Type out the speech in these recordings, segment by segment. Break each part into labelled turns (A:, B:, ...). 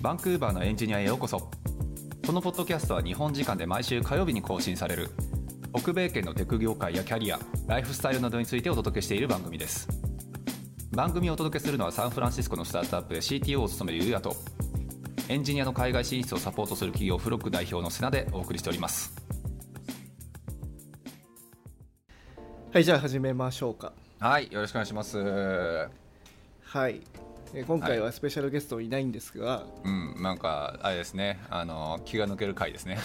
A: バンクーバーのエンジニアへようこそこのポッドキャストは日本時間で毎週火曜日に更新される北米圏のテク業界やキャリアライフスタイルなどについてお届けしている番組です番組をお届けするのはサンフランシスコのスタートアップで CTO を務めるユーヤとエンジニアの海外進出をサポートする企業フロック代表のセナでお送りしております
B: はいじゃあ始めましょうか
A: はいよろしくお願いします
B: はいえー今回はスペシャルゲストいないんですが、
A: うん、なんかあれですね、あの気が抜ける回ですね。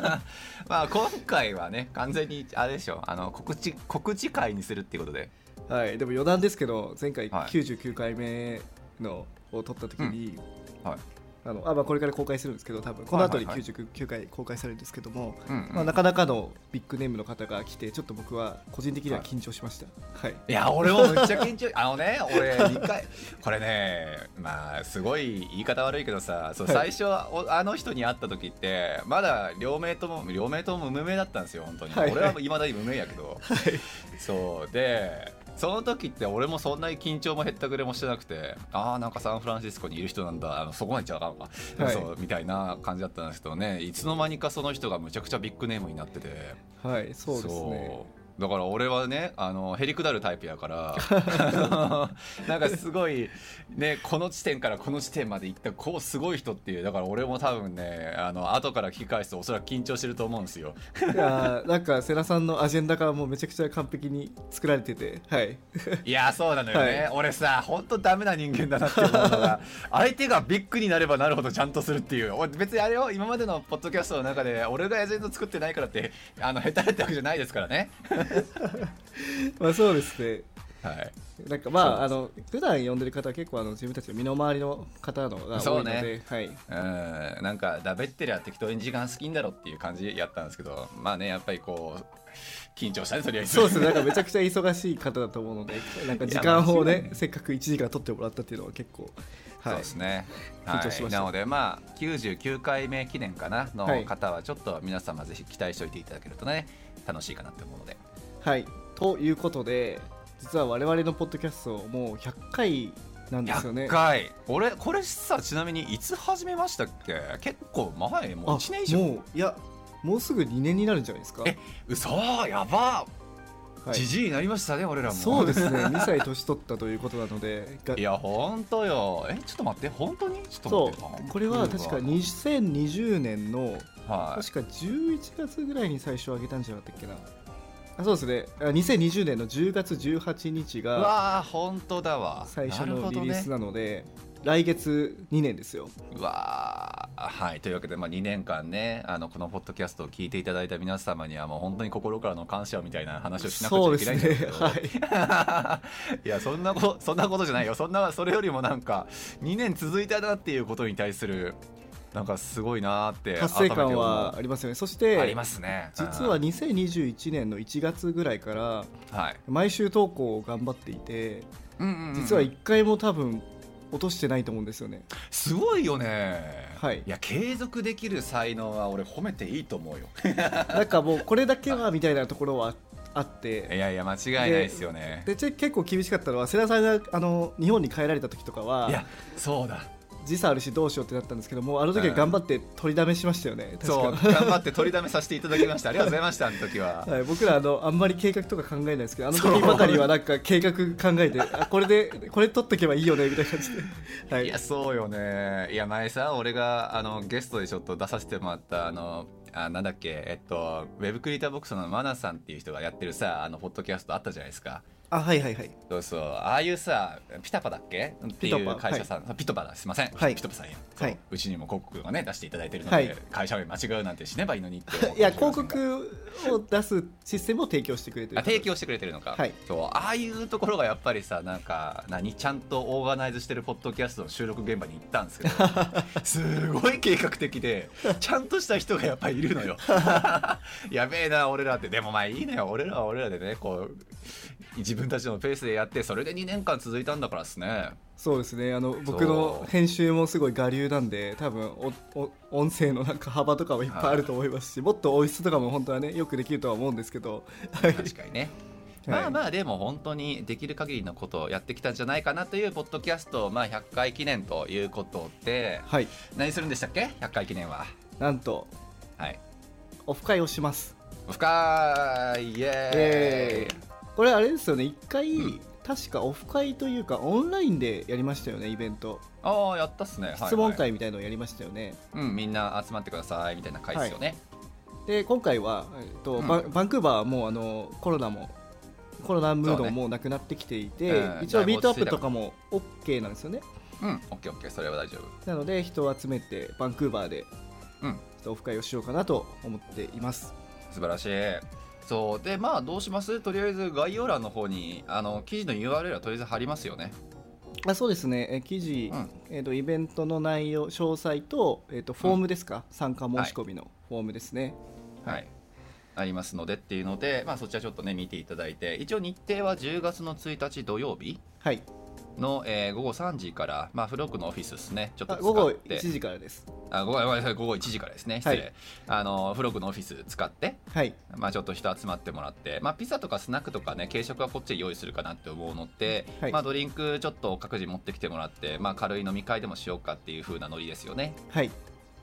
A: まあ今回はね、完全にあれでしょ、あの告知告知会にするっていうことで、
B: はい、でも余談ですけど前回
A: はい
B: 99回目のを撮った時に、
A: はい、
B: あのあまあ、これから公開するんですけど多分この後に
A: はいはいはい
B: 99回公開されるんですけども、
A: うんうん
B: まあ、なかなかのビッグネームの方が来てちょっと僕は個人的には緊張しましたはい、
A: いや俺もめっちゃ緊張、あのね、俺一回これね、まあすごい言い方悪いけどさ、そう
B: は
A: 最
B: い
A: 初、おあの人に会った時ってまだ両名とも両名とも無名だったんですよ本当に。
B: はいはい
A: 俺はいまだに無名やけど、そうで。その時って俺もそんなに緊張もへったくれもしてなくてああなんかサンフランシスコにいる人なんだあのそこまでじゃあかんわ、
B: はい
A: そうみたいな感じだったんですけどねいつの間にかその人がむちゃくちゃビッグネームになってて
B: はい、そうですね
A: そうだから俺はねあのへりくだるタイプやから あのなんかすごい、ね、この地点からこの地点まで行ったこうすごい人っていうだから俺も多分ねあの後から聞き返すとおそらく緊張してると思うんですよ。
B: いやーなんか世良さんのアジェンダがもうめちゃくちゃ完璧に作られててはい
A: いやそうなのよね、
B: はい
A: 俺さ本当ダメな人間だなって思うの が相手がビッグになればなるほどちゃんとするっていう俺別にあれよ今までのポッドキャストの中で俺がエージェント作ってないからってあの下手ってわけじゃないですからね
B: まあそうですね
A: はい
B: なんかまああ
A: そ
B: の普段呼んでる方は結構あの自分たちの身の回りの方のが多いので、
A: そうね
B: はい、
A: うんなんかだべってりゃ適当に時間好きんだろっていう感じやったんですけどまあねやっぱりこう緊張したねとりあえず
B: そうですね、なんかめちゃくちゃ忙しい方だと思う ので、なんか時間を
A: いや間違い
B: ね
A: な、い
B: せっかく1時間取ってもらったっていうのは結構、
A: そう
B: はい
A: で、すね、
B: 緊張しました
A: はい、なのでまあ99回目記念かな
B: はい
A: の方はちょっと皆様ぜひ期待しておいていただけるとね楽しいかなって思うので
B: はい。ということで、実は我々のポッドキャスト、もう100回なんですよね。
A: 100回俺これさちなみにいつ始めましたっけ結構前もう
B: あ
A: 1年以上
B: もう、いや、もうすぐ2年になるんじゃないですか。
A: え嘘やば
B: はい
A: じじいになりましたね俺らも
B: そうですすね、2歳年取ったということなので、が
A: いやほんとよえちょっと待って本当にちょっと
B: そ
A: 待って
B: う、これは確か2020年の、
A: はい
B: 確か11月ぐらいに最初上げたんじゃなかったっけな。あそうですね、あ2020年の10月18日
A: う
B: が、
A: わあ本当だわ
B: 最初
A: なる
B: の
A: ほ
B: リ
A: ど
B: リース
A: ね、
B: なので来月2年ですよ
A: うわあはいというわけで、まあ、2年間ねあのこのポッドキャストを聞いていただいた皆様にはもう本当に心からの感謝みたいな話をしなくちゃいけないんだけど、
B: そうですね
A: いやそんなことそんなことじゃないよそんなそれよりもなんか2年続いたなっていうことに対するなんかすごいなーって
B: 達
A: 改
B: 成
A: め
B: 感
A: て思う
B: はありますよねそし
A: あり
B: て
A: ますね
B: 実は
A: うん
B: 2021年の1月ぐらいから
A: はい、
B: 毎週投稿を頑張っていて
A: うんうんうん
B: 実は1回も多分落としてないと思うんですよね
A: すごいよね
B: はい
A: いや継続できる才能は俺褒めていいと思うよ
B: なんかもうこれだけはみたいなところはあっ
A: い
B: て
A: やいや間違いないですよね
B: でちょ結構厳しかったのは世良さんがあの日本に帰られた時とか
A: い
B: は
A: やそうだ
B: 時差あるしどうしようってなったんですけどもうあの時は頑張って取りだめしましたよね確か
A: そう頑張って取りだめさせていただきましたありがとうございましたあの時は
B: はい、僕らあのあんまり計画とか考えないですけどあの
A: そ
B: 時
A: う
B: ばかりはなんか計画考えてあこれでこれ取っとけばいいよねみたいな感じで、は い
A: いやそうよねいや前さ俺があのゲストでちょっと出させてもらったあのあなんだっけえっとウェブクリエイターボックスのマナさんっていう人がやってるさあのポッドキャストあったじゃないですか
B: あはいはいはい
A: そうそうああいうさピタパだっけってい
B: ピタ
A: う
B: パ
A: 会社さん、ピトパだすいません、
B: はい
A: ピトパさんや
B: はいう
A: ちにも広告をね出していただいてるので、
B: はい
A: 会社名間違うなんて死ねばいいのにって思う
B: いや広告を出すシステムを提供してくれてる
A: あ提供してくれてるのか、
B: はい
A: そうああいうところがやっぱりさなんか何ちゃんとオーガナイズしてるポッドキャストの収録現場に行ったんで すけどすごい計画的でちゃんとした人がやっぱりいるのよ やべえな俺らってでもまあいいのよ俺らは俺らでねこう自分たちのペースでやってそれで2年間続いたんだからですね
B: そうですねあの僕の
A: そう
B: 編集もすごい我流なんで多分おお音声のなんか幅とかはいっ ぱいあると思いますしもっと音質とかも本当はねよくできるとは思うんですけどはい
A: 確かにねまあまあでも本当にできる限りのことをやってきたんじゃないかなというポッドキャスト、まあ、100回記念ということで
B: はい
A: 何するんでしたっけ100回記念は
B: なんと
A: はい
B: オフ会をします
A: 深いイエーイ、
B: えーこれあれですよね1回、
A: うん
B: 確かオフ会というかオンラインでやりましたよねイベント
A: ああやったっすねはい
B: 質問
A: はい
B: 会みたいのをやりましたよね、
A: うん、みんな集まってくださいみたいな回ですよね、
B: で今回は、えっと
A: うん
B: バンバンクーバーはもうあのコロナもコロナムー
A: そう
B: ド
A: ね
B: ももうなくなってきていて、
A: うん
B: 一応
A: だいぶ
B: ビートア
A: 落
B: ッ
A: ち着い
B: プ
A: たか
B: とかも OK なんですよね
A: うんオッケーオッケーそれは大丈夫
B: なので人を集めてバンクーバーで、
A: うん
B: ちょっとオフ会をしようかなと思っています
A: 素晴らしいそうでまあどうしますとりあえず概要欄の方にあの記事の URL はとりあえず貼りますよね
B: あそうですねえ記事、
A: うん
B: えっとイベントの内容詳細と,、えっとフォームですか、参加申し込みのフォームですね、
A: はい、ありますのでっていうので、まあ、そちらちょっとね見ていただいて一応日程は10月の1日土曜日
B: はい、
A: の、えー午後3時から、まあ、フロックのオフィスですねちょっと
B: あ
A: 使って
B: 午後1時からです
A: あ午後ごめんなさい午後1時からですね失礼、
B: はい
A: あのフロックのオフィス使って、
B: はい
A: まあ、ちょっと人集まってもらって、まあ、ピザとかスナックとかね軽食はこっちで用意するかなって思うので、
B: はい
A: まあ、ドリンクちょっと各自持ってきてもらって、まあ、軽い飲み会でもしようかっていう風なノリですよね
B: はい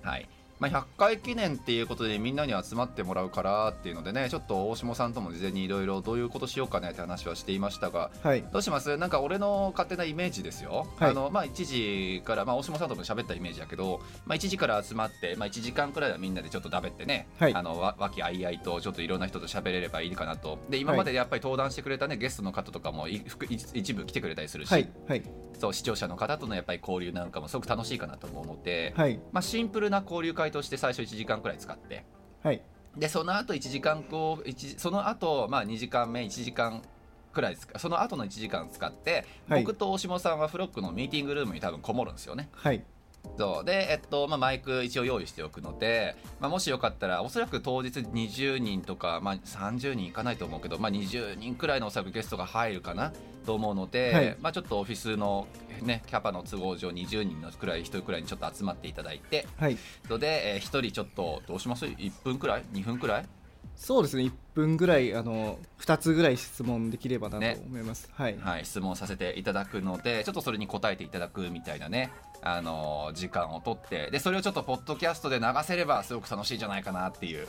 A: はい、まあ、100回記念っていうことでみんなに集まってもらうからっていうのでねちょっと大下さんとも事前にいろいろどういうことしようかねって話はしていましたが
B: はい
A: どうしますなんか俺の勝手なイメージですよ、
B: はい
A: あのまあ、1時から、まあ、大下さんとも喋ったイメージだけど、まあ、1時から集まって、まあ、1時間くらいはみんなでちょっとだべってね、
B: はい
A: あのわ和気あいあいとちょっといろんな人と喋れればいいかなとで今までやっぱり登壇してくれた、ね、ゲストの方とかもいふく一一部来てくれたりするし、
B: はいはい
A: そう視聴者の方とのやっぱり交流なんかもすごく楽しいかなと思うので、
B: はい
A: まあ、シンプルな交流会として最初1時間くらい使って
B: はい
A: でその後1時間こう一その後まあ2時間目1時間くらいですかその後の1時間使って、
B: はい
A: 僕と大下さんはフロックのミーティングルームに多分こもるんですよね
B: はい
A: そうで、えっとまあ、マイク一応用意しておくので、まあ、もしよかったらおそらく当日20人とか、まあ、30人いかないと思うけど、まあ、20人くらいのおそらくゲストが入るかなと思うので、
B: はい
A: まあ、ちょっとオフィスの、ね、キャパの都合上20人のくらい1人くらいにちょっと集まっていただいて
B: はい
A: ので、えー、1人ちょっとどうします1分くらい2分くらい
B: そうですね1分ぐらいあの2つぐらい質問できればな
A: ね
B: と思います、はい
A: はい、質問させていただくのでちょっとそれに答えていただくみたいなね、あのー時間を取ってでそれをちょっとポッドキャストで流せればすごく楽しいんじゃないかなっていう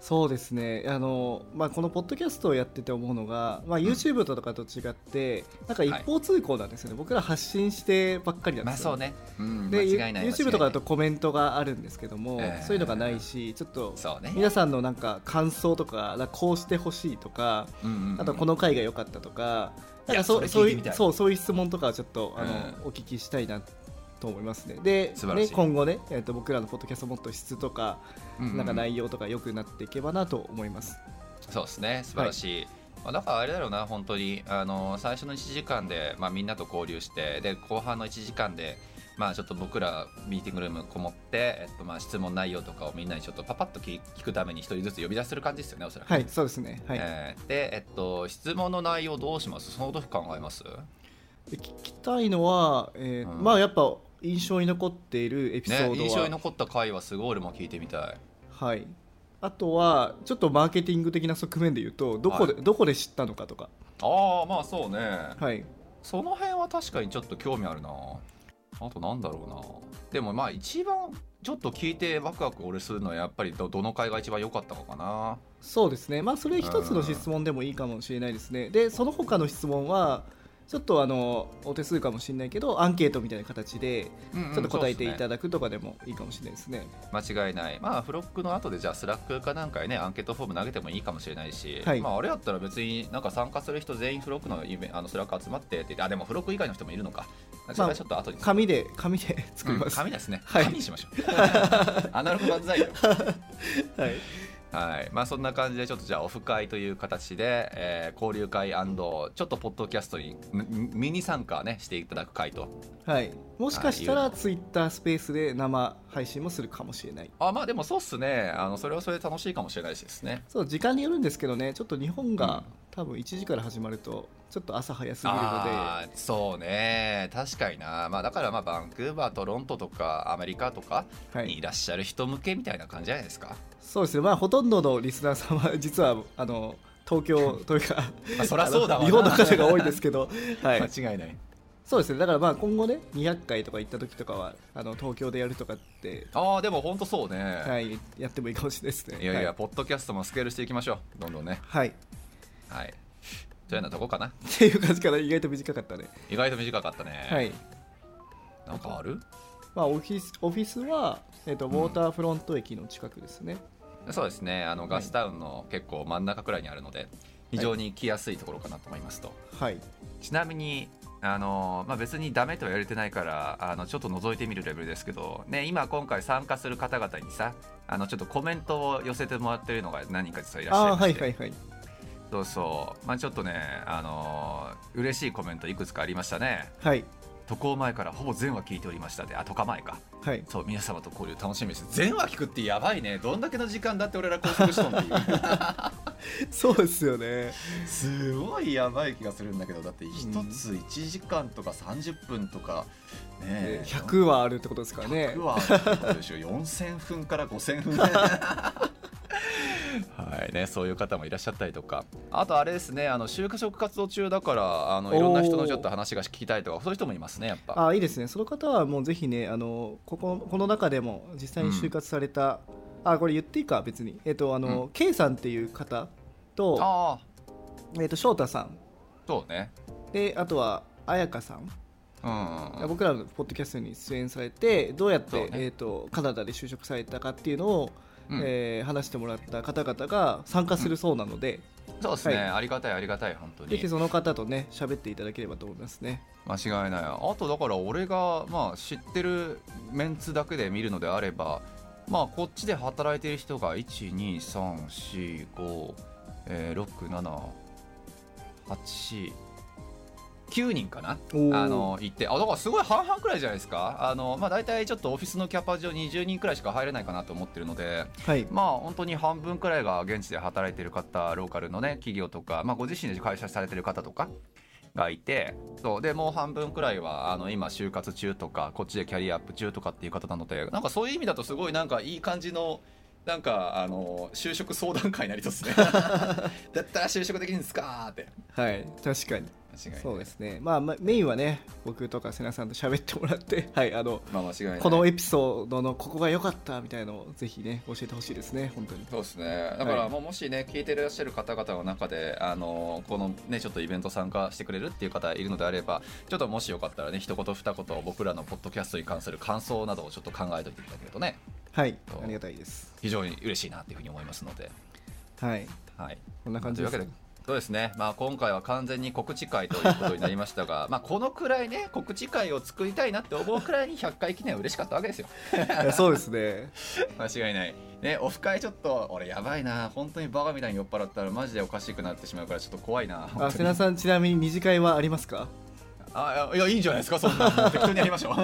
B: そうですねあの、まあ、このポッドキャストをやってて思うのが、まあ、YouTube とかと違って、なんか一方通行なんですよね、僕ら発信してばっかりなん
A: ま
B: で
A: あ
B: すよ、
A: そうね、うん、
B: で
A: 間違いない
B: YouTube とかだと
A: 間違い
B: コメントがあるんですけども、
A: えー
B: そういうのがないしちょっと
A: ないそうね
B: 皆さんのなんか感想とかなんかこうしてほしいとか
A: うんうんうん
B: あとこの回が良かったとか
A: いや
B: なんかそう
A: それ
B: そう
A: 聞いて
B: い
A: みたいう
B: そうそういう質問とかをちょっとあの、
A: う
B: お聞きしたいなと思いますねで
A: 素晴らし
B: ね
A: い
B: 今後ね、えー、と僕らのポッドキャストもっと質とか、
A: うう
B: なんか内容とか良くなっていけばなと思います
A: そうですね素晴らしい、まあ、だからあれだろうな本当にあの最初の1時間で、まあ、みんなと交流してで後半の1時間でまあちょっと僕らミーティングルームこもって、えっと、まあ質問内容とかをみんなにちょっとパパッと聞聞くために一人ずつ呼び出してる感じですよねおそらく
B: はいそうですねはい、
A: えーで、えっと、質問の内容どうしますその時考えます
B: で聞きたいのは、えー
A: うん
B: まあやっぱ印象に残っているエピソード
A: ね
B: は、
A: 印象に残った回はすごい俺も聞いてみたい
B: はい、あとはちょっとマーケティング的な側面で言うとどこで、どこで知ったのかとか、
A: ああまあそうね、
B: はい、
A: その辺は確かにちょっと興味あるなあとなんだろうなでもまあ一番ちょっと聞いてワクワク俺するのはやっぱりどどの回が一番良かったのかな
B: そうですねまあそれ一つの質問でもいいかもしれないですねでその他の質問はちょっとあのお手数かもしれないけどアンケートみたいな形で
A: うんうん
B: ちょっと答えてい
A: そう
B: ただくとかでもいいかもしれないですね,、
A: っすね間違いないまあフロックの後でじゃあスラックかなんかへねアンケートフォーム投げてもいいかもしれないし、
B: はい
A: まああれやったら別になんか参加する人全員フロックのイベあのスラック集まってって言ってあでもフロック以外の人もいるのかそれはちょっと後に
B: 紙で紙で作ります、
A: うん紙ですね、
B: はい
A: 紙にしましょう アナログ漫才よ
B: はい、
A: はいまあ、そんな感じでちょっとじゃあオフ会という形で、えー交流会ちょっとポッドキャストにんミニ参加ねしていただく会と
B: はい、もしかした
A: あいい
B: らツイッタースペースで生配信もするかもしれない
A: あまあでもそうっすねあのそれはそれで楽しいかもしれないしですね
B: そう時間によるんですけどねちょっと日本
A: うん
B: が多分1時から始まるとちょっと朝早すぎるので、
A: あーそうね確かにな、まあ、だからまあバンクーバートロントとかアメリカとか
B: は
A: にい
B: い、
A: らっ しゃる人向けみたいな感じじゃないですか、
B: そうですねまあほとんどのリスナーさんは実はあの東京 というか
A: あそりゃそうだわな
B: あの日本の方が多いです けど、はい、
A: 間違いない
B: そうですねだからまあ今後ね200回とか行った時とかはあの東京でやるとかって、
A: ああでも本当そうね、
B: はい、やってもいいかもしれないですね
A: い、やいや、
B: はい
A: ポッドキャストもスケールしていきましょうどんどんね
B: はい、っ
A: はいというようなとこかな
B: ていう感じから意外と短かったね、
A: 意外と短かったね、
B: はい
A: なんかある
B: まあ、オフィスオフィスは、えっとウ
A: ん
B: ォーターフロント駅の近くですね、
A: そうですねあのガスタウンの結構真ん中くらいにあるので非常に来やすいところかなと思いますと、
B: はい
A: ちなみにあの、まあ、別にダメとは言われてないからあのちょっと覗いてみるレベルですけど、ね、今今回参加する方々にさあのちょっとコメントを寄せてもらってるのが何人か実はいらっしゃい
B: ああ
A: ま
B: は
A: し
B: い
A: て、
B: はいはい
A: そうそう、まあ、ちょっとねあの嬉しいコメントいくつかありましたね
B: はい
A: 渡航前からほぼ全話聞いておりましたであ渡航前か
B: はい
A: そう皆様と交流楽しみです全話聞くってやばいねどんだけの時間だって俺ら拘束しとんの
B: そうですよね
A: すごいやばい気がするんだけどだって一
B: うん
A: つ1時間とか30分とかねえ
B: 100はあるってことですからね
A: 100はあるでしょ4000分から5000分 はいね、そういう方もいらっしゃったりとかあとあれですねあの就職活動中だからあのいろんな人のちょっと話が聞きたいとかそういう人もいますねやっぱ
B: あいいですねその方はもうぜひねあのこここの中でも実際に就活された、あこれ言っていいか別にえっ、とあの、K さんっていう方と,、
A: ああ
B: えっと翔太さん
A: そうね
B: であとは彩香さん、
A: うん
B: 僕らのポッドキャストに出演されてどうやっ
A: そう
B: て、
A: ね
B: えっとカナダで就職されたかっていうのを、
A: うん
B: えー話してもらった方々が参加するそうなので、
A: そうですね、
B: はい
A: ありがたいありがたい本当
B: ぜ
A: に
B: ひその方とね喋っていただければと思いますね
A: 間違いないあとだから俺が、まあ、知ってるメンツだけで見るのであればまあこっちで働いてる人が123456789、えー6 7 8 9人かな
B: おー
A: あの行ってあだからすごい半々くらいじゃないですかあの、まあ、大体ちょっとオフィスのキャパ上20人くらいしか入れないかなと思ってるので
B: はい
A: まあ本当に半分くらいが現地で働いてる方ローカルのね企業とか、まあ、ご自身で会社されてる方とかがいてそうでもう半分くらいはあの今就活中とかこっちでキャリアアップ中とかっていう方なのでなんかそういう意味だとすごいなんかいい感じの。なんかあの就職相談会になりそう ですねだったら就職できるんですかーって
B: はい確かに
A: 間違いない
B: そうですね、まあ、まメインはね僕とか瀬名さんと喋ってもらって、はい、あの
A: まあ間違いない
B: このエピソードのここが良かったみたいのをぜひね教えてほしいですね本当に
A: そうですね。だから、
B: はい
A: もうもしね聞いてらっしゃる方々の中で、あのこのねちょっとイベント参加してくれるっていう方いるのであれば、ちょっともしよかったらね一言二言僕らのポッドキャストに関する感想などをちょっと考えておいていただけるとね、
B: はい
A: そう
B: ありがたいです
A: 非常に嬉しいなっていうふうに思いますので、
B: はい
A: はい。
B: こんな感
A: と
B: じ
A: いう
B: で
A: わ
B: す
A: けで。そうですね、まあ、今回は完全に告知会ということになりましたがまあこのくらいね告知会を作りたいなって思うくらいに100回記念は嬉しかったわけですよ。
B: いやそうで すね
A: 間違いないねオフ会ちょっと俺やばいな本当にバカみたいに酔っ払ったらマジでおかしくなってしまうからちょっと怖いな
B: あ
A: 本当
B: 瀬
A: に
B: 名さんちなみに二次会はありますか
A: あいやいやいいんじゃないですかそんな の適当にやりましょう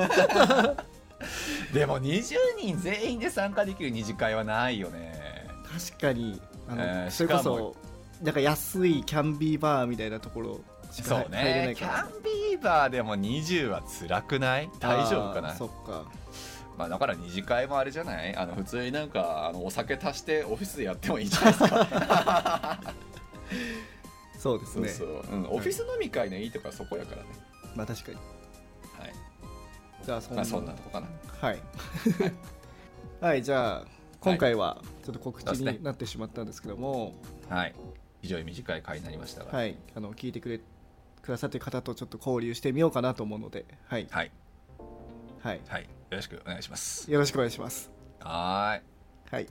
A: でも20人全員で参加できる二次会はないよね
B: 確かにあの、
A: えー
B: それこ
A: しかも
B: そなんか安いキャンビーバーみたいなところしか
A: そう
B: 入入れな
A: ね
B: い
A: キ
B: か
A: ャ
B: ら
A: ンビーバーでも20は辛くない大丈夫か
B: あ
A: な
B: ーそっか
A: まあ、だから二次会もあれじゃないあの普通になんかあのお酒足してオフィスでやってもいいじゃないですか
B: そうですね
A: そうそう、うん、オフィス飲み会のいいとこはそこやからね、
B: まあ確かに
A: はい
B: じゃあそん
A: ま
B: な,、
A: あ、そんなとこかな
B: はい。はい、じゃあ、今回はちょっと告知
A: そうです
B: に
A: ね
B: なってしまったんですけども、
A: はい、非常に短い回になりましたが、はい
B: はい、あの聞いてくれくださってる方とちょっと交流してみようかなと思うので、はい、
A: はい
B: はい、
A: よろしくお願いします。
B: よろしくお願いします。
A: はーい、
B: はい、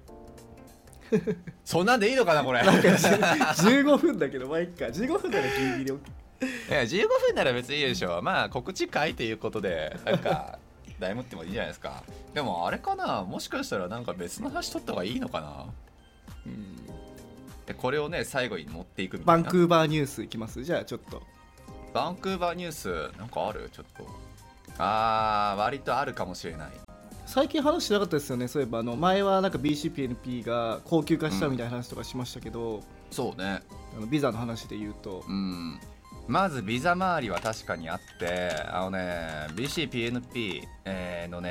A: そんなんでいいのかな、これ。い
B: 15分だけど、まあいっか、15分ならギリギリ OK
A: や、15分なら別にいいでしょまあ、告知会ということで、なん か、題目ってもいいじゃないですか。でも、あれかな、もしかしたら、なんか別の話取った方がいいのかな。
B: うん
A: でこれをね、最後に持っていくみた
B: バ
A: い
B: ン
A: な。
B: クーバーニュースいきます、じゃあちょっと。
A: バンクーバーニュース、なんかある、ちょっと。あー、割とあるかもしれない。
B: 最近話してなかったですよね、そういえばあの前はなんか BCPNP が高級化したみたいな話とかしましたけど、
A: そうね。
B: あのビザの話で言うと、
A: うん、まずビザ周りは確かにあってあのね BCPNP えーのね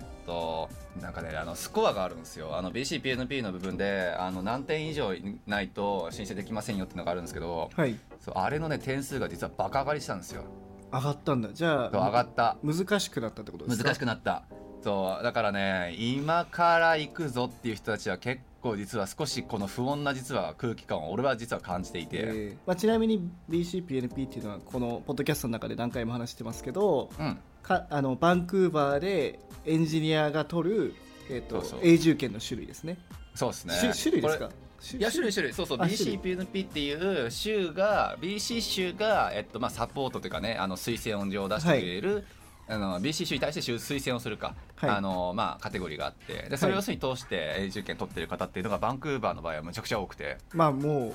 A: えっとなんかねあのスコアがあるんですよあの BCPNP の部分であの何点以上ないと申請できませんよっていうのがあるんですけど
B: はい
A: そうあれのね点数が実はバカ上がりしたんですよ
B: 上がったんだじゃあ
A: そう上がった
B: 難しくなったってことですか
A: 難しくなったそうだからね今から行くぞっていう人たちは結構実は少しこの不穏な実は空気感を俺は実は感じていて、
B: えーまあ、ちなみに BCPNP っていうのはこのポッドキャストの中で何回も話してますけど
A: うん
B: かあのバンクーバーでエンジニアが取る、えー、
A: そ
B: と
A: うそう
B: 永住権の種類ですね
A: そうですね
B: し種類ですか
A: いや種類種類そうそう
B: あ種類
A: BCPNP っていう州が BC 州が、えっとまあ、サポートというかねあの推薦音上を出してくれる、あの BC 州に対して州推薦をするか、
B: はい
A: あのまあ、カテゴリーがあってでそれを
B: は
A: 要するに通して永住権取ってる方っていうのがバンクーバーの場合はむちゃくちゃ多くて
B: まあもう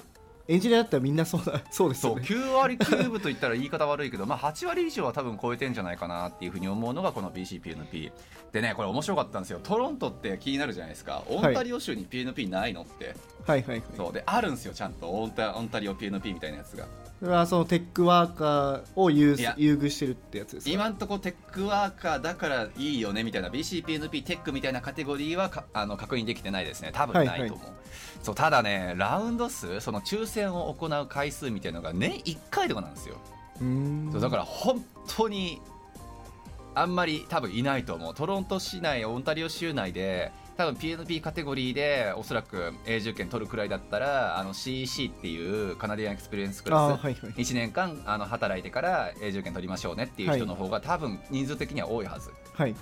B: エンジニアだったらみんなそうだ そうです
A: そう
B: よね
A: 9割9分と言ったら言い方悪いけど、まあ、8割以上は多分超えてんじゃないかなっていうふうに思うのがこの BCPNP でねこれ面白かったんですよトロントって気になるじゃないですかオンタリオ州に PNP ないのって、
B: はいはいはい
A: そうであるんですよちゃんとオンタオンタリオ PNP みたいなやつが
B: それはそのテックワーカーを優
A: いや
B: 優遇してるってやつですか
A: 今んとこテックワーカーだからいいよねみたいな BCPNP テックみたいなカテゴリーはかあの確認できてないですね多分
B: は
A: ない
B: いはい
A: と思う,、そうただねラウンド数その抽選を行う回数みたいなのが年1回とかなんですよ、
B: うーん
A: そうだから本当にあんまり多分いないと思うトロント市内オンタリオ州内で多分 PNP カテゴリーでおそらく永住権取るくらいだったらあの CEC っていうカナディアンエクスペリエンスク
B: あー
A: ラス
B: はいはい
A: 1年間あの働いてから永住権取りましょうねっていう人の方が多分人数的には多いはず、
B: はい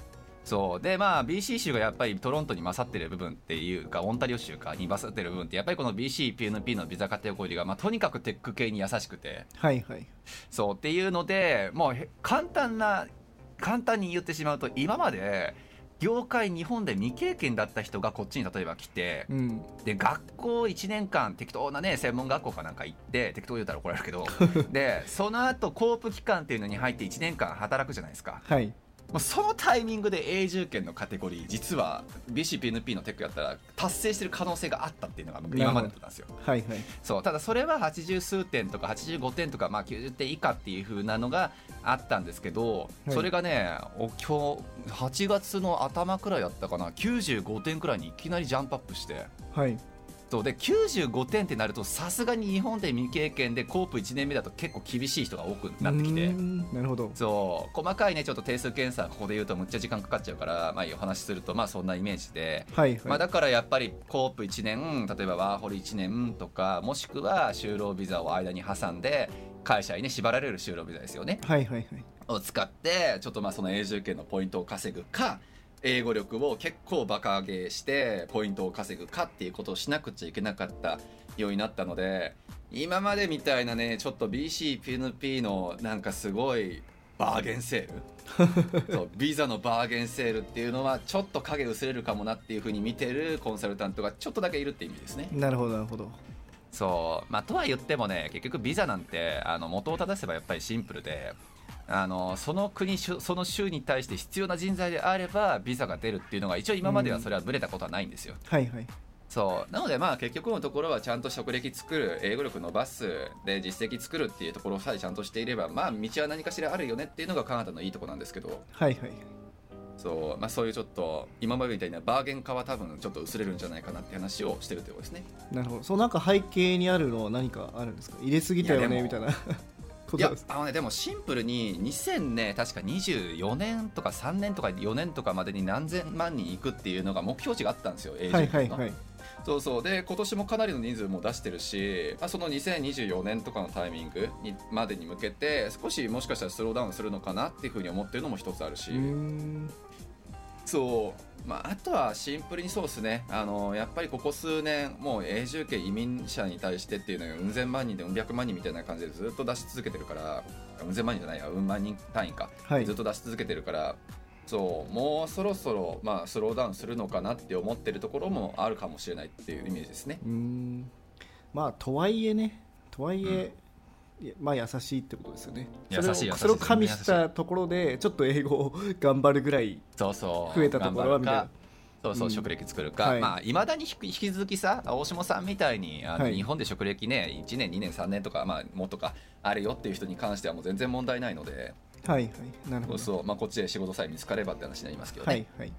A: そうでまあ BC 州がやっぱりトロントに勝ってる部分っていうかオンタリオ州かに勝ってる部分ってやっぱりこの BCPNP のビザカテゴリーが、まあ、とにかくテック系に優しくて
B: はいはい
A: そうっていうのでもうへ簡単な簡単に言ってしまうと今まで業界日本で未経験だった人がこっちに例えば来て
B: うん
A: で学校1年間適当なね専門学校かなんか行って適当言うたら怒られるけ どでその後コープ期間っていうのに入って1年間働くじゃないですか
B: はい
A: もうそのタイミングで永住権のカテゴリー実は BCPNP のテックやったら達成してる可能性があったっていうのが今までだったんですよ
B: はいはい
A: そうただそれは80数点とか85点とか、まあ、90点以下っていう風なのがあったんですけど、
B: はい
A: それがねお今日8月の頭くらいだったかな95点くらいにいきなりジャンプアップして。
B: はい
A: そうで95点ってなるとさすがに日本で未経験でコープ1年目だと結構厳しい人が多くなってき
B: うー
A: て
B: んなるほど
A: そう細かいねちょっと定数検査ここで言うとむっちゃ時間かかっちゃうから、まあ、お話しするとまあそんなイメージで、
B: はいはい、
A: まあ、だからやっぱりコープ1年例えばワーホリ1年とかもしくは就労ビザを間に挟んで会社にね縛られる就労ビザですよね
B: はいはいはい
A: を使ってちょっとまあその永住権のポイントを稼ぐか英語力を結構バカ上げしてポイントを稼ぐかっていうことをしなくちゃいけなかったようになったので今までみたいなねちょっと BCPNP のなんかすごいバーゲンセールそうビザのバーゲンセールっていうのはちょっと影薄れるかもなっていうふうに見てるコンサルタントがちょっとだけいるって意味ですね。
B: なるほどなるほど
A: そうまあとは言ってもね結局ビザなんてあの元を正せばやっぱりシンプルであのその国しゅその州に対して必要な人材であればビザが出るっていうのが一応今まではそれはブレたことはないんですよ、
B: はいはい
A: そうなのでまあ結局のところはちゃんと職歴作る英語力伸ばすで実績作るっていうところさえちゃんとしていればまあ道は何かしらあるよねっていうのがカナダのいいとこなんですけど
B: はいはい
A: そう,、まあ、そういうちょっと今までみたいなバーゲン化は多分ちょっと薄れるんじゃないかなって話をしてるってことですね
B: なるほどそのなんか背景にあるのは何かあるんですか入れすぎたよ
A: いやで
B: ね
A: も
B: みたいな
A: い
B: ことな
A: や
B: んです
A: あのねでもシンプルに2000ね確か24年とか3年とか4年とかまでに何千万人いくっていうのが目標値があったんですよ、永住
B: はい
A: 権の
B: はいはい
A: そうそうで今年もかなりの人数も出してるし、まあ、その2024年とかのタイミングにまでに向けて少しもしかしたらスローダウンするのかなっていうふうに思ってるのも一つあるし、
B: うーん
A: そう、まあ、あとはシンプルにそうですねあのやっぱりここ数年もう永住権移民者に対してっていうのがうん千万人でうん百万人みたいな感じでずっと出し続けてるからうん千万人じゃないやうん万人単位か、
B: はい
A: ずっと出し続けてるからそうもうそろそろ、まあ、スローダウンするのかなって思ってるところもあるかもしれないっていうイメージですね。
B: うーんまあとはいえねとはいえ、いやまあ優しいってことですよね
A: 優しい
B: それを
A: 優しい
B: それを加味したところでちょっと英語を 頑張るぐらい
A: そうそう
B: 増えたところはみたいな
A: 頑張るかそうそう、
B: うん
A: 職歴作るか、
B: はい
A: まあいまだに引き引き続きさ大下さんみたいにあの、
B: はい
A: 日本で職歴ね1年2年3年とかまあもっとかあるよっていう人に関してはもう全然問題ないので
B: はいはいなるほ
A: そう
B: ど
A: そう、まあ、こっちで仕事さえ見つかればって話になりますけどね、
B: はいはい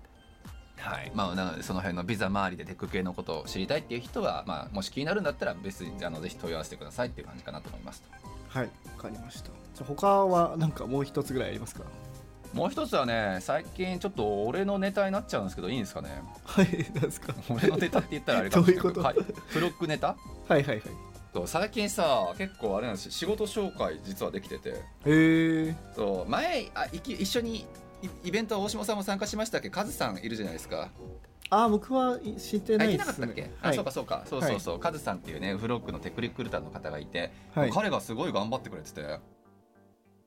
A: はいまあ、なのでその辺のビザ周りでテック系のことを知りたいっていう人は、まあ、もし気になるんだったら別にあのぜひ問い合わせてくださいっていう感じかなと思います
B: はいわかりましたじゃあ他はなんかもう一つぐらいありますか
A: もう一つはね最近ちょっと俺のネタになっちゃうんですけどいいんですかね
B: はいなんですか
A: 俺のネタって言ったらあれかもしれないけ ど
B: どういうこと
A: はいフロックネタ
B: はいはいはい
A: そう最近さ結構あれなんですよ仕事紹介実はできてて
B: えー、
A: そう前あいき一緒にイイベントは大島さんも参加しましたっけカズさんいるじゃないですか
B: あー僕は知って
A: あ
B: ないい
A: け
B: で
A: なかっ
B: す
A: たっ
B: ね
A: け、
B: は
A: あ
B: い
A: そうかそうかそうそうそう、カズさんっていうねフロックのテクリクルーターの方がいて、
B: はい
A: 彼がすごい頑張ってくれてて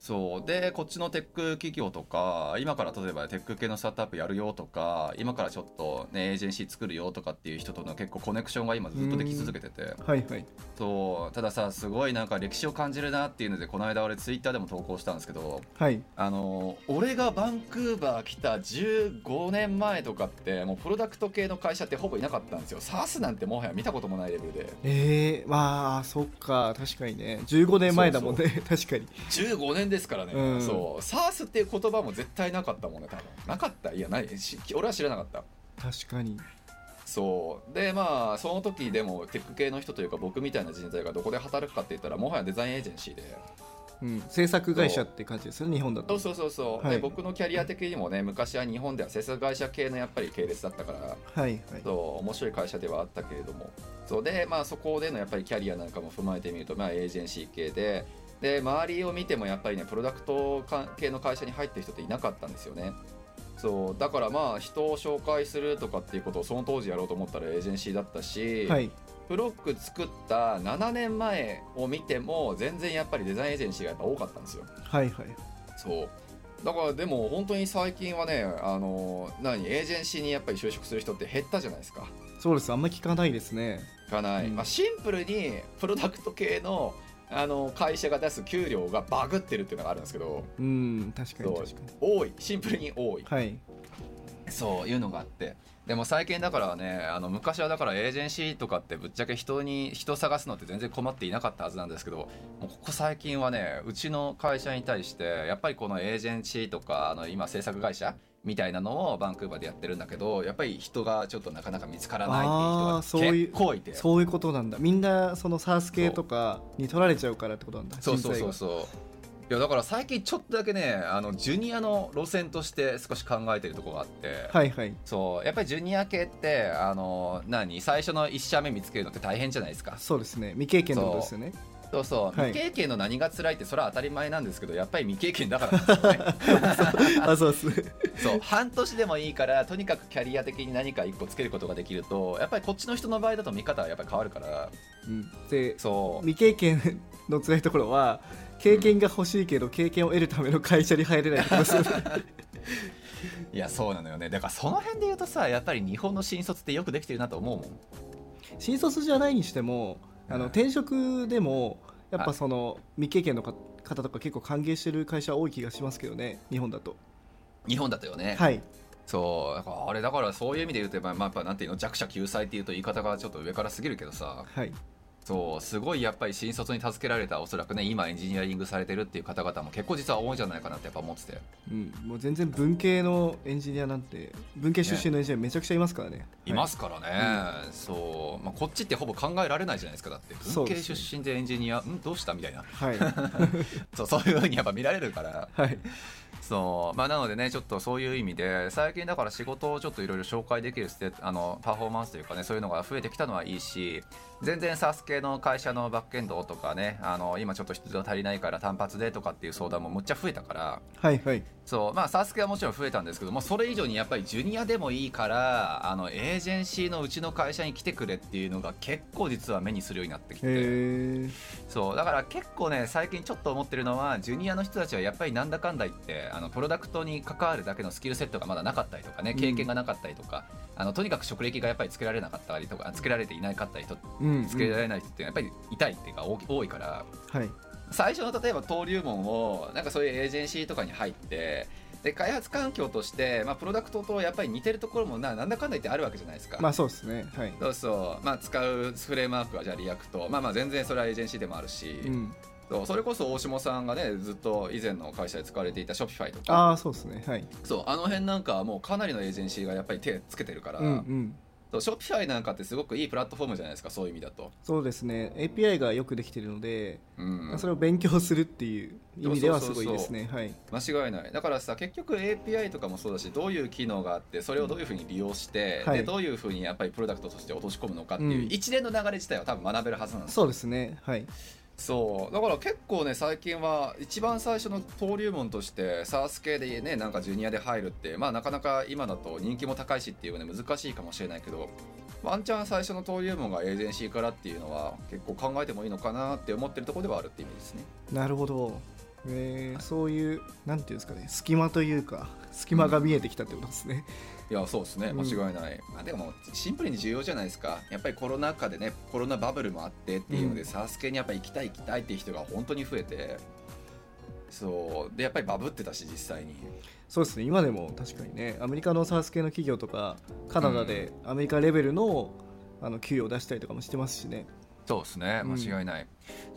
A: そうでこっちのテック企業とか今から例えばテック系のスタートアップやるよとか今からちょっと、ね、エージェンシー作るよとかっていう人との結構コネクションが今ずっとでき続けてて
B: はいはい
A: そうたださすごいなんか歴史を感じるなっていうのでこの間俺ツイッターでも投稿したんですけど
B: はい
A: あの俺がバンクーバー来た15年前とかってもうプロダクト系の会社ってほぼいなかったんですよ SARS なんてもはや見たこともないレベルで
B: えー、まあそっか確かにね15年前だもんね 確かに
A: 15年ですからね、
B: うん
A: そう SARS っていう言葉も絶対なかったもんね多分なかったいやないし俺は知らなかった
B: 確かに
A: そうでまあその時でもテック系の人というか僕みたいな人材がどこで働くかって言ったらもはやデザインエージェンシーで
B: うん、制作会社って感じですよね日本だ
A: そ
B: と
A: うそうそうそう、
B: はい
A: で僕のキャリア的にもね昔は日本では制作会社系のやっぱり系列だったから
B: はいはい
A: そう面白い会社ではあったけれどもそうで、まあ、そこでのやっぱりキャリアなんかも踏まえてみると、まあ、エージェンシー系でで周りを見てもやっぱりねプロダクト関係の会社に入ってる人っていなかったんですよねそうだからまあ人を紹介するとかっていうことをその当時やろうと思ったらエージェンシーだったし、
B: はい
A: フロック作った7年前を見ても全然やっぱりデザインエージェンシーがやっぱ多かったんですよ
B: はいはい
A: そうだからでも本当に最近はねあの何エージェンシーにやっぱり就職する人って減ったじゃないですか
B: そうですあんま聞かないですね
A: がない、
B: うん
A: まあ、シンプルにプロダクト系のあの会社が出す給料がバグってるっていうのがあるんですけど
B: うん確か
A: そ
B: に
A: う
B: 確かに
A: 多いシンプルに多い
B: はい
A: そういうのがあってでも最近だからねあの昔はだからエージェンシーとかってぶっちゃけ人に人探すのって全然困っていなかったはずなんですけどもうここ最近はねうちの会社に対してやっぱりこのエージェンシーとかあの今制作会社みたいなのをバンクーバーでやってるんだけどやっぱり人がちょっとなかなか見つからない
B: あー
A: って
B: そう
A: いう人が
B: いう
A: 結構いて
B: そういうことなんだみんなその SARS 系とかに取られちゃうからってことなんだ
A: そうそうそう
B: 人材
A: そういやだから最近ちょっとだけねあのジュニアの路線として少し考えてるとこがあって、
B: がはいはい
A: そうやっぱりジュニア系ってあの何最初の1社目見つけるのって大変じゃないですか
B: そうですね未経験のことですよね
A: そうそう、
B: はい
A: 未経験の何が辛いってそれは当たり前なんですけどやっぱり未経験だからなんです よね
B: あそうですね
A: そう半年でもいいからとにかくキャリア的に何か1個つけることができるとやっぱりこっちの人の場合だと見方はやっぱり変わるから
B: うんで
A: そう
B: 未経験の辛いところは経験が欲しいけど経験を得るための会社に入れないってこと ですよね
A: いやそうなのよねだからその辺で言うとさやっぱり日本の新卒ってよくできてるなと思うもん
B: 新卒じゃないにしてもあの
A: うん
B: 転職でもやっ
A: は
B: ぱ
A: い
B: その未経験のか方とか結構歓迎してる会社多い気がしますけどね日本だと
A: 日本だとよね、
B: はい
A: そうだからあれだからそういう意味で言うと、まあ、まあやっぱなんていうの弱者救済っていうと言い方がちょっと上からすぎるけどさ
B: はい
A: そうすごいやっぱり新卒に助けられたおそらくね今エンジニアリングされてるっていう方々も結構実は多いんじゃないかなってやっぱ思ってて
B: うん、もう全然文系のエンジニアなんて文系出身のエンジニアめちゃくちゃいますからね
A: いますからね、そう、まあ、こっちってほぼ考えられないじゃないですかだって
B: そ
A: 文
B: う
A: 系
B: ですね
A: 出身でエンジニアんどうしたみたいな
B: はい は
A: そうそういうふうにやっぱ見られるから
B: い、はい、
A: そうまあなのでねちょっとそういう意味で最近だから仕事をちょっといろいろ紹介できるステあのパフォーマンスというかねそういうのが増えてきたのはいいし全然 SARS 系の会社のバックエンドとかねあの今ちょっと人手が足りないから単発でとかっていう相談もむっちゃ増えたから
B: はいはい
A: そうまあ SARS 系はもちろん増えたんですけどもそれ以上にやっぱりジュニアでもいいからあのエージェンシーのうちの会社に来てくれっていうのが結構実は目にするようになってきて。
B: へえ
A: そうだから結構ね最近ちょっと思ってるのはジュニアの人たちはやっぱりなんだかんだ言ってあのプロダクトに関わるだけのスキルセットがまだなかったりとかね経験がなかったりとか、あのとにかく職歴がやっぱりつけられなかったりとかつけられていなかったりと
B: うん、うん、
A: つけられない人ってやっぱり痛いっていうか大き多いから、
B: はい
A: 最初の例えば登竜門をなんかそういうエージェンシーとかに入ってで開発環境として、まあ、プロダクトとやっぱり似てるところもななんだかんだ言ってあるわけじゃないですか。
B: まあそうですねはい、
A: そうそう、まあ、使うフレームワークはじゃあリアクト、まあ、まあ全然それはエージェンシーでもあるし、
B: うん、
A: そうそれこそ大下さんがねずっと以前の会社で使われていたショピファイとか
B: ああそうですねはい
A: そうあの辺なんかはもうかなりのエージェンシーがやっぱり手つけてるから、
B: うんうん
A: そうショピファイなんかってすごくいいプラットフォームじゃないですかそういう意味だと、
B: そうですね API がよくできてるので、
A: うん、
B: それを勉強するっていう意味ではすごいいいですねはい
A: 間違いないだからさ結局 API とかもそうだしどういう機能があってそれをどういうふうに利用して、
B: はい
A: でどういうふうにやっぱりプロダクトとして落とし込むのかっていううん一連の流れ自体は多分学べるはずなんですよ
B: そうですねはい
A: そうだから結構ね最近は一番最初の登竜門として SARS 系でねなんかジュニアで入るってまあなかなか今だと人気も高いしっていうね難しいかもしれないけどワンチャン最初の登竜門がエージェンシーからっていうのは結構考えてもいいのかなって思ってるところではあるって意味ですね
B: なるほど、えーそういうなんていうんですかね隙間というか隙間が見えてきたってことですね、
A: いやそうですね
B: うん
A: 間違いない、まあ、でもシンプルに重要じゃないですかやっぱりコロナ禍でねコロナバブルもあってっていうので、
B: うん
A: SARS 系にやっぱ行きたい行きたいっていう人が本当に増えてそうでやっぱりバブってたし実際に。
B: そうですね今でも確かにねアメリカの SARS 系の企業とかカナダでアメリカレベルの,、あの給与を出したりとかもしてますしね
A: そうですね
B: うん
A: 間違いない、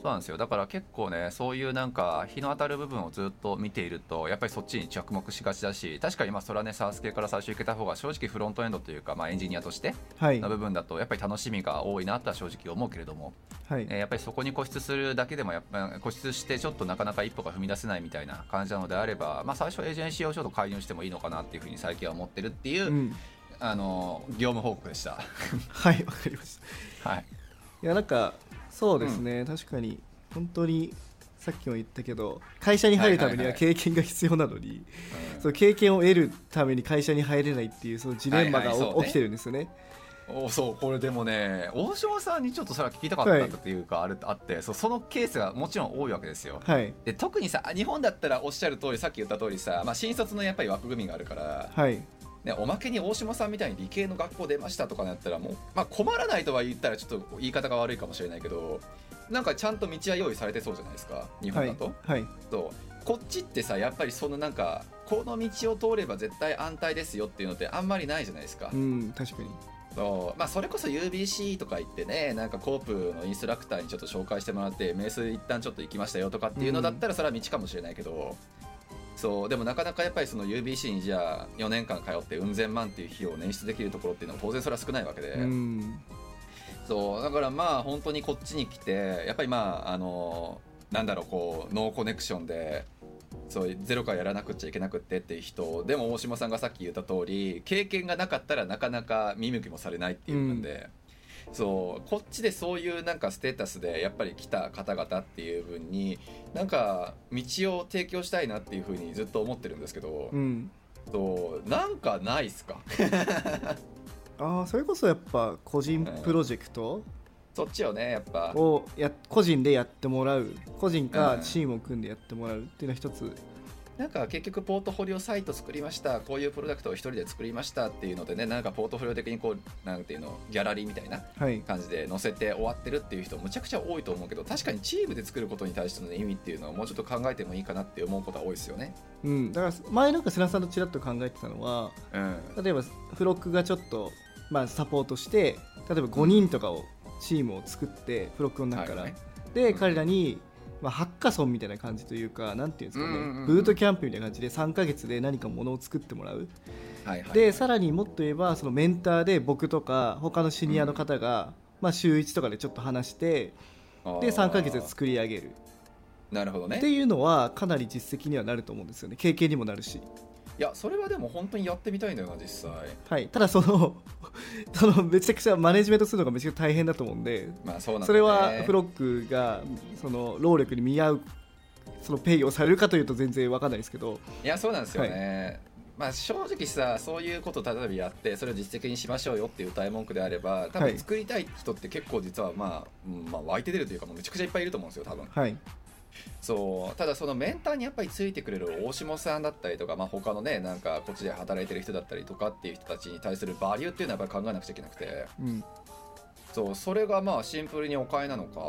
A: そうなんですよだから結構ねそういうなんか日の当たる部分をずっと見ているとやっぱりそっちに着目しがちだし確かにまあそれはね SARS 系から最初行けた方が正直フロントエンドというか、まあ、エンジニアとして
B: はい
A: の部分だとやっぱり楽しみが多いなとは正直思うけれども、
B: はい、
A: えーやっぱりそこに固執するだけでもやっぱ固執してちょっとなかなか一歩が踏み出せないみたいな感じなのであれば、まあ、最初エージェンシーをちょっと介入してもいいのかなっていうふうに最近は思ってるっていう、
B: うん、
A: あの業務報告でした。
B: はいわかりました
A: はい
B: いやなんかそうですね、確かに本当にさっきも言ったけど会社に入るために
A: はい
B: は
A: はいは
B: 経験が必要なのに、
A: うん
B: その経験を得るために会社に入れないっていうそのジレンマ
A: は
B: が
A: いはいそう
B: お
A: ね
B: 起きてるんですよね。
A: おそうこれでもね大島さんにちょっとそれは聞きたかったっていうか、あれあってそうそのケースがもちろん多いわけですよ
B: はい
A: で特にさ日本だったらおっしゃる通りさっき言った通りさ、まあ、新卒のやっぱり枠組みがあるから、
B: はい
A: ね、おまけに大島さんみたいに理系の学校出ましたとかなったらもう、まあ、困らないとは言ったらちょっと言い方が悪いかもしれないけどなんかちゃんと道は用意されてそうじゃないですか日
B: は
A: 本だ
B: い
A: と、
B: はい
A: そうこっちってさやっぱりそのなんかこの道を通れば絶対安泰ですよっていうのってあんまりないじゃないですか、
B: うん確かに
A: そうまあ、それこそ UBC とか行ってねなんかコープのインストラクターにちょっと紹介してもらって名水一旦ちょっと行きましたよとかっていうのだったらそれは道かもしれないけど、そうでもなかなかやっぱりその UBC にじゃあ4年間通ってうん千万っていう費用を捻出できるところっていうのは当然それは少ないわけで、
B: うん
A: そうだからまあ本当にこっちに来てやっぱりまああのなんだろうこうノーコネクションでそうゼロからやらなくっちゃいけなくってっていう人でも大島さんがさっき言った通り経験がなかったらなかなか見向きもされないっていう部分で、そうこっちでそういうなんかステータスでやっぱり来た方々っていう分になんか道を提供したいなっていうふうにずっと思ってるんですけど、
B: うん
A: そうなんかないっすか
B: あーそれこそやっぱ個人プロジェクト
A: そっちをねやっぱ。
B: をや個人でやってもらう個人
A: う
B: か
A: ん
B: チームを組んでやってもらうっていうのは一つ
A: なんか結局ポートフォリオサイト作りましたこういうプロダクトを一人で作りましたっていうのでねなんかポートフォリオ的にこうなんていうのギャラリーみたいな
B: はい
A: 感じで載せて終わってるっていう人むちゃくちゃ多いと思うけど確かにチームで作ることに対しての意味っていうのはもうちょっと考えてもいいかなって思うことは多いですよね。
B: うんだから前なんか瀬名さんとちらっと考えてたのは
A: うん、
B: 例えばフロックがちょっと、まあ、サポートして例えば5人とかをチームを作ってフロックの中から、
A: はいはい
B: で
A: うん
B: 彼らに、まあ、ハッカソンみたいな感じというかなんていうんですか
A: う
B: ね、
A: んうんうん
B: ブートキャンプみたいな感じで3ヶ月で何かものを作ってもらう、
A: はいはい、
B: でさらにもっと言えばそのメンターで僕とか他のシニアの方が、まあ、週1とかでちょっと話してで3ヶ月で作り上げる
A: なるほどね
B: っていうのはかなり実績にはなると思うんですよね経験にもなるし。
A: いやそれはでも本当にやってみたいんだよな実際
B: はい、ただその そのめちゃくちゃマネジメントするのがめちゃくちゃ大変だと思うんで
A: まあそうなんだね
B: それはフロックがその労力に見合うそのペイをされるかというと全然わかんないですけど
A: いやそうなんですよね、まあ正直さそういうことを例えばやってそれを実績にしましょうよっていう歌い文句であれば多
B: は
A: 分
B: い
A: 作りたい人って結構実はまあ、うんまあ、湧いて出るというかもうめちゃくちゃいっぱいいると思うんですよ多分
B: はい
A: そうただそのメンターにやっぱりついてくれる大下さんだったりとか、まあ、他のねなんかこっちで働いてる人だったりとかっていう人たちに対するバリューっていうのはやっぱり考えなくちゃいけなくて
B: うん
A: そうそれがまあシンプルにお金なのか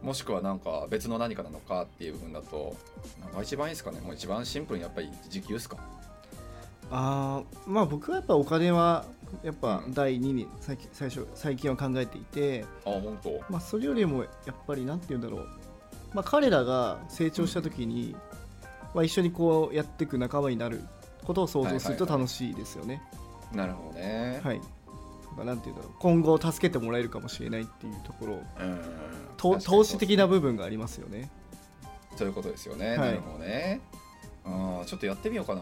A: もしくはなんか別の何かなのかっていう部分だとなんか一番いいですかねもう一番シンプルにやっぱり時給ですか
B: あーまあ僕はやっぱお金はやっぱ第2に最近最初最近は考えていて、
A: あ本当
B: まあ、それよりもやっぱりなんて言うんだろう、まあ、彼らが成長した時に、まあ、一緒にこうやっていく仲間になることを想像すると
A: はいはいはい
B: 楽しいですよね。
A: なるほどね、
B: はいまあなんて言うんだろう今後助けてもらえるかもしれないっていうところ
A: うん
B: と
A: 確かに
B: 投資的な部分がありますよね。
A: そういうことですよね、
B: はい
A: なるほどねあーちょっとやってみようかな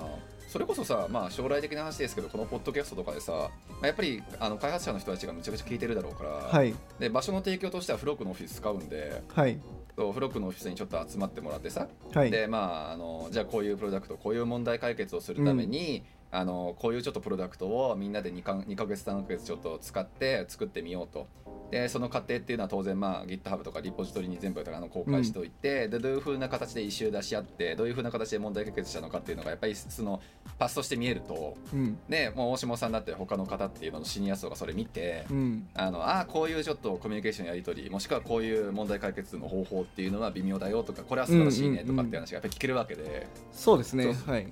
A: それこそさ、まあ、将来的な話ですけどこのポッドキャストとかでさ、まあやっぱりあの開発者の人たちがむちゃくちゃ聞いてるだろうから、
B: はい
A: で場所の提供としてはフロックのオフィス使うんで
B: はい
A: そうフロックのオフィスにちょっと集まってもらってさ、
B: はい
A: でまああのじゃあこういうプロダクトこういう問題解決をするために、あのこういうちょっとプロダクトをみんなで2か2ヶ月3ヶ月ちょっと使って作ってみようと。でその過程っていうのは当然、まあ、GitHub とかリポジトリに全部あの公開しておいて、でどういうふうな形で一周出し合ってどういうふうな形で問題解決したのかっていうのがやっぱりそのパスとして見えると、
B: うん
A: ね、もう大下さんだって他の方っていうののシニア層がそれ見て、
B: うん
A: あのあーこういうちょっとコミュニケーションやり取りもしくはこういう問題解決の方法っていうのは微妙だよとかこれは素晴らしいねとかっていう話がやっぱり聞けるわけで、
B: そうですね
A: そう
B: はい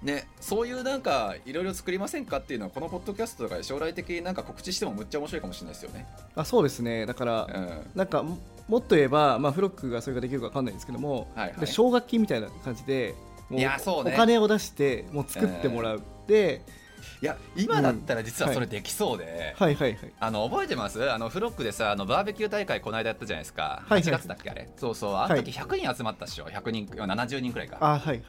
A: ね、そういうなんかいろいろ作りませんかっていうのはこのポッドキャストとかで将来的になんか告知してもむっちゃ面白いかもしれないですよね。
B: あそうですねだから、
A: うん、はい
B: なんかももっと言えば、まあ、フロックがそれができるか分かんないんですけども、
A: はい
B: で奨学金みたいな感じでも
A: いやそうね
B: お金を出してもう作ってもらう、で
A: いや今だったら実はそれできそうで。
B: はいはいはい
A: あの覚えてますあのフロックでさあのバーベキュー大会この間やったじゃないですか
B: はいはい
A: 8月だっけあれ、そうそうあの時100人集まったっしょ100人70人くらいか
B: あはいはい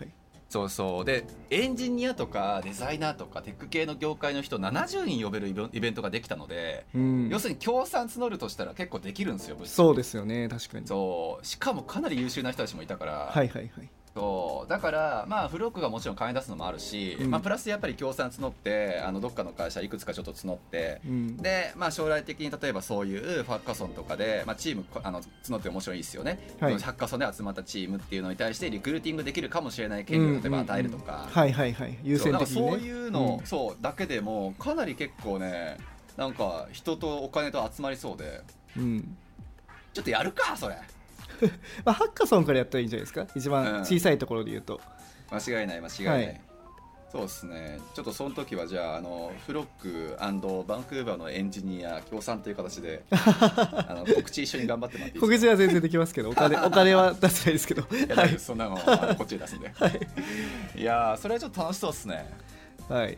A: そうそうでエンジニアとかデザイナーとかテック系の業界の人70人呼べるイベイベントができたので、
B: うん
A: 要するに協賛募るとしたら結構できるんですよ物質
B: そうですよね確かに
A: そうしかもかなり優秀な人たちもいたから、
B: はいはいはい
A: そうだからまあフロックがもちろん金出すのもあるし、
B: うん
A: まあ、プラスやっぱり協賛募ってあのどっかの会社いくつかちょっと募って
B: うん
A: で、まあ、将来的に例えばそういうファッカソンとかで、まあ、チームこあの募って面白いですよね、
B: はい
A: ファッカソンで集まったチームっていうのに対してリクルーティングできるかもしれない権利を例えば与えるとか、
B: うんうんうんはいはいはい優
A: そう
B: 先
A: なんか
B: 的にね
A: そういうの、
B: ん
A: そうだけでもかなり結構ねなんか人とお金と集まりそうで
B: うん
A: ちょっとやるかそれ
B: まあ、ハッカソンからやったらいいんじゃないですか一
A: うん
B: 番小さいところで言うと、
A: 間違いない間違いない、
B: はい
A: そうですねちょっとその時はじゃああのフロックバンクーバーのエンジニア協賛という形 であの告知一緒に頑張ってもらっていい
B: 告
A: ですか
B: 知は全然できますけどお金 お金は出せないですけど
A: いや大
B: は
A: 丈夫で
B: い
A: すそんなのあのこっちで出すん で、い、やーそれはちょっと楽しそうですね
B: はい、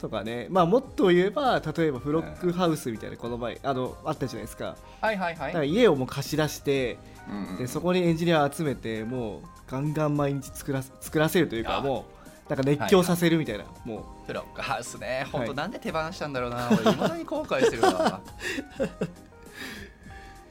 B: とかね、まあ、もっと言えば例えばフロックハウスみたいなこの前あのあったじゃないですか
A: はいはいは
B: だ
A: い
B: から家をもう貸し出して
A: うんうん
B: でそこにエンジニアを集めてもうガンガン毎日作らせ作らせるという
A: あ
B: かもうなんか熱狂させるみたいな、も
A: フロックハウスね本当
B: はい
A: なんで手放したんだろうな、俺いまだに後悔してる わ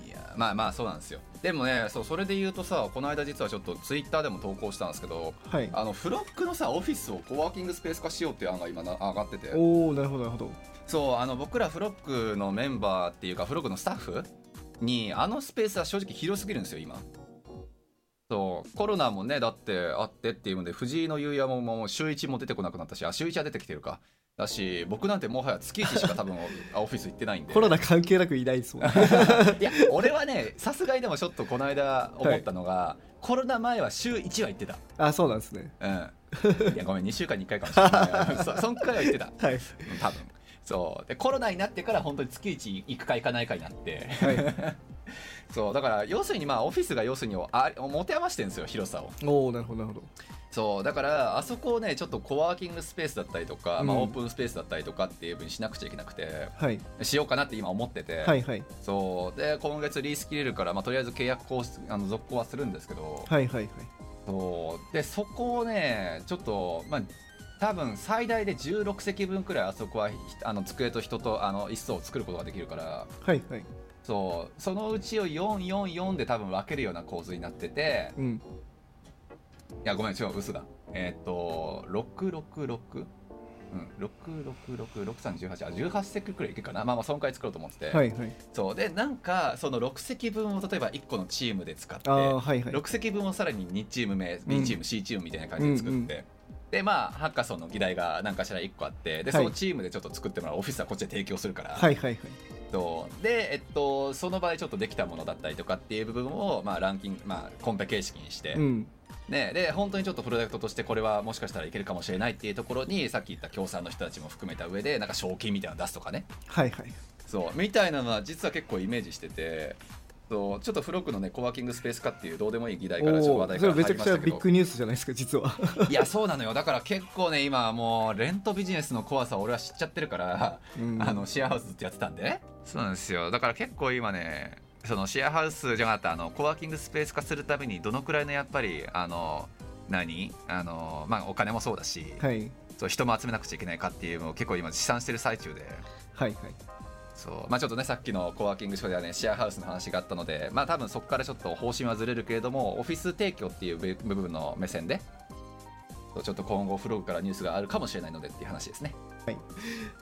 A: いやまあまあそうなんですよでもねそうそれで言うとさこの間実はちょっとツイッターでも投稿したんですけど
B: うはい
A: あのフロックのさオフィスをコワーキングスペース化しようっていう案が今な上がってて
B: おおなるほどなるほど
A: そうあの僕らフロックのメンバーっていうかフロックのスタッフにあのスペースは正直広すぎるんですよ今そうコロナもねだってあってっていうので藤井の優也ももう週1も出てこなくなったしあ週1は出てきてるかだし僕なんてもはや月1しか多 分あオフィス行ってないんで
B: コロナ関係なくいないですもんね
A: いや俺はねさすがにでもちょっとこの間思ったのが、コロナ前は週1は行ってた
B: あそうなんですね
A: うんいやごめん2週間に1回かもしれない そそんくらいは行ってた
B: はい
A: 多分そうでコロナになってから本当に月1行くか行かないかにな って
B: はい
A: そうだから要するにまあオフィスが要するにあ持て余してるんですよ広さを
B: おおなるほどなるほど
A: そうだからあそこをねちょっとコワーキングスペースだったりとか、まあ、
B: うん
A: オープンスペースだったりとかっていう風にしなくちゃいけなくて
B: はい
A: しようかなって今思ってて、
B: はいはい
A: そうで今月リース切れるから、まあ、とりあえず契約更新あの続行はするんですけど、
B: はいはいはい
A: そうでそこをねちょっとまあ多分最大で16席分くらいあそこはひあの机と人とあの椅子を作ることができるから
B: はいはい
A: そうそのうちを444で多分分けるような構図になってて
B: うん
A: いやごめん違う嘘だえーっ、と666うん、6666318あ18席くらいいけるかなまあまあそのくらい作ろうと思ってて、
B: はいはい
A: そうでなんかその6席分を例えば1個のチームで使って
B: ああはいはい
A: 6席分をさらに2チーム目 B チーム、C チームみたいな感じで作って、
B: うんうん
A: でまあハッカソンの議題が何かしら1個あってで
B: は
A: そ
B: い
A: のチームでちょっと作ってもらうオフィスはこっちで提供するから、
B: はいはいはい
A: とでえっとその場でちょっとできたものだったりとかっていう部分をまあランキングまあコンペ形式にして、
B: うん
A: ね、で本当にちょっとプロダクトとしてこれはもしかしたらいけるかもしれないっていうところにさっき言った協賛の人たちも含めた上でなんか賞金みたいなの出すとかね
B: はいはい
A: そうみたいなのは実は結構イメージしててそうちょっとフロックのねコワーキングスペース化っていうどうでもいい議題からちょっと話
B: おー
A: 題
B: そ
A: か
B: れ
A: ら入
B: めち
A: り
B: ゃく
A: ま
B: ち
A: し
B: ゃ
A: たけ
B: ビッ
A: ど
B: グニュースじゃないですか 実は
A: いやそうなのよだから結構ね今もうレントビジネスの怖さを俺は知っちゃってるから
B: うん
A: あのシェアハウスってやってたんでねそうなんですよだから結構今ねそのシェアハウスじゃなかったあのコワーキングスペース化するためにどのくらいのやっぱりあの何あの、まあ、お金もそうだし、
B: はい
A: そう人も集めなくちゃいけないかっていうのを結構今試算してる最中で
B: はいはい
A: そう、まあ、ちょっとねさっきのコワーキング所ではねシェアハウスの話があったのでまあ多分そこからちょっと方針はずれるけれどもオフィス提供っていう部部分の目線でそうちょっと今後フログからニュースがあるかもしれないのでっていう話ですね。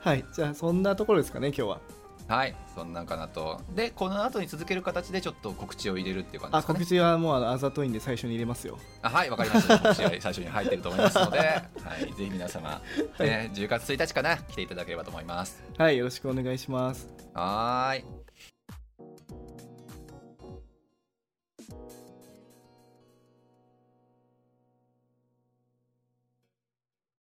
B: はいじゃあそんなところですかね今日は
A: はい、そんなんかなと。で、この後に続ける形でちょっと告知を入れるっていう感じで
B: あ
A: すか
B: 告
A: ね。
B: 知はもうあのあざといんで最初に入れますよ
A: あはい、わかりました。告知が最初に入ってると思い ますので、はい、ぜひ皆様、ね10月1日かな、来ていただければと思います。
B: はいよろしくお願いします
A: はーい。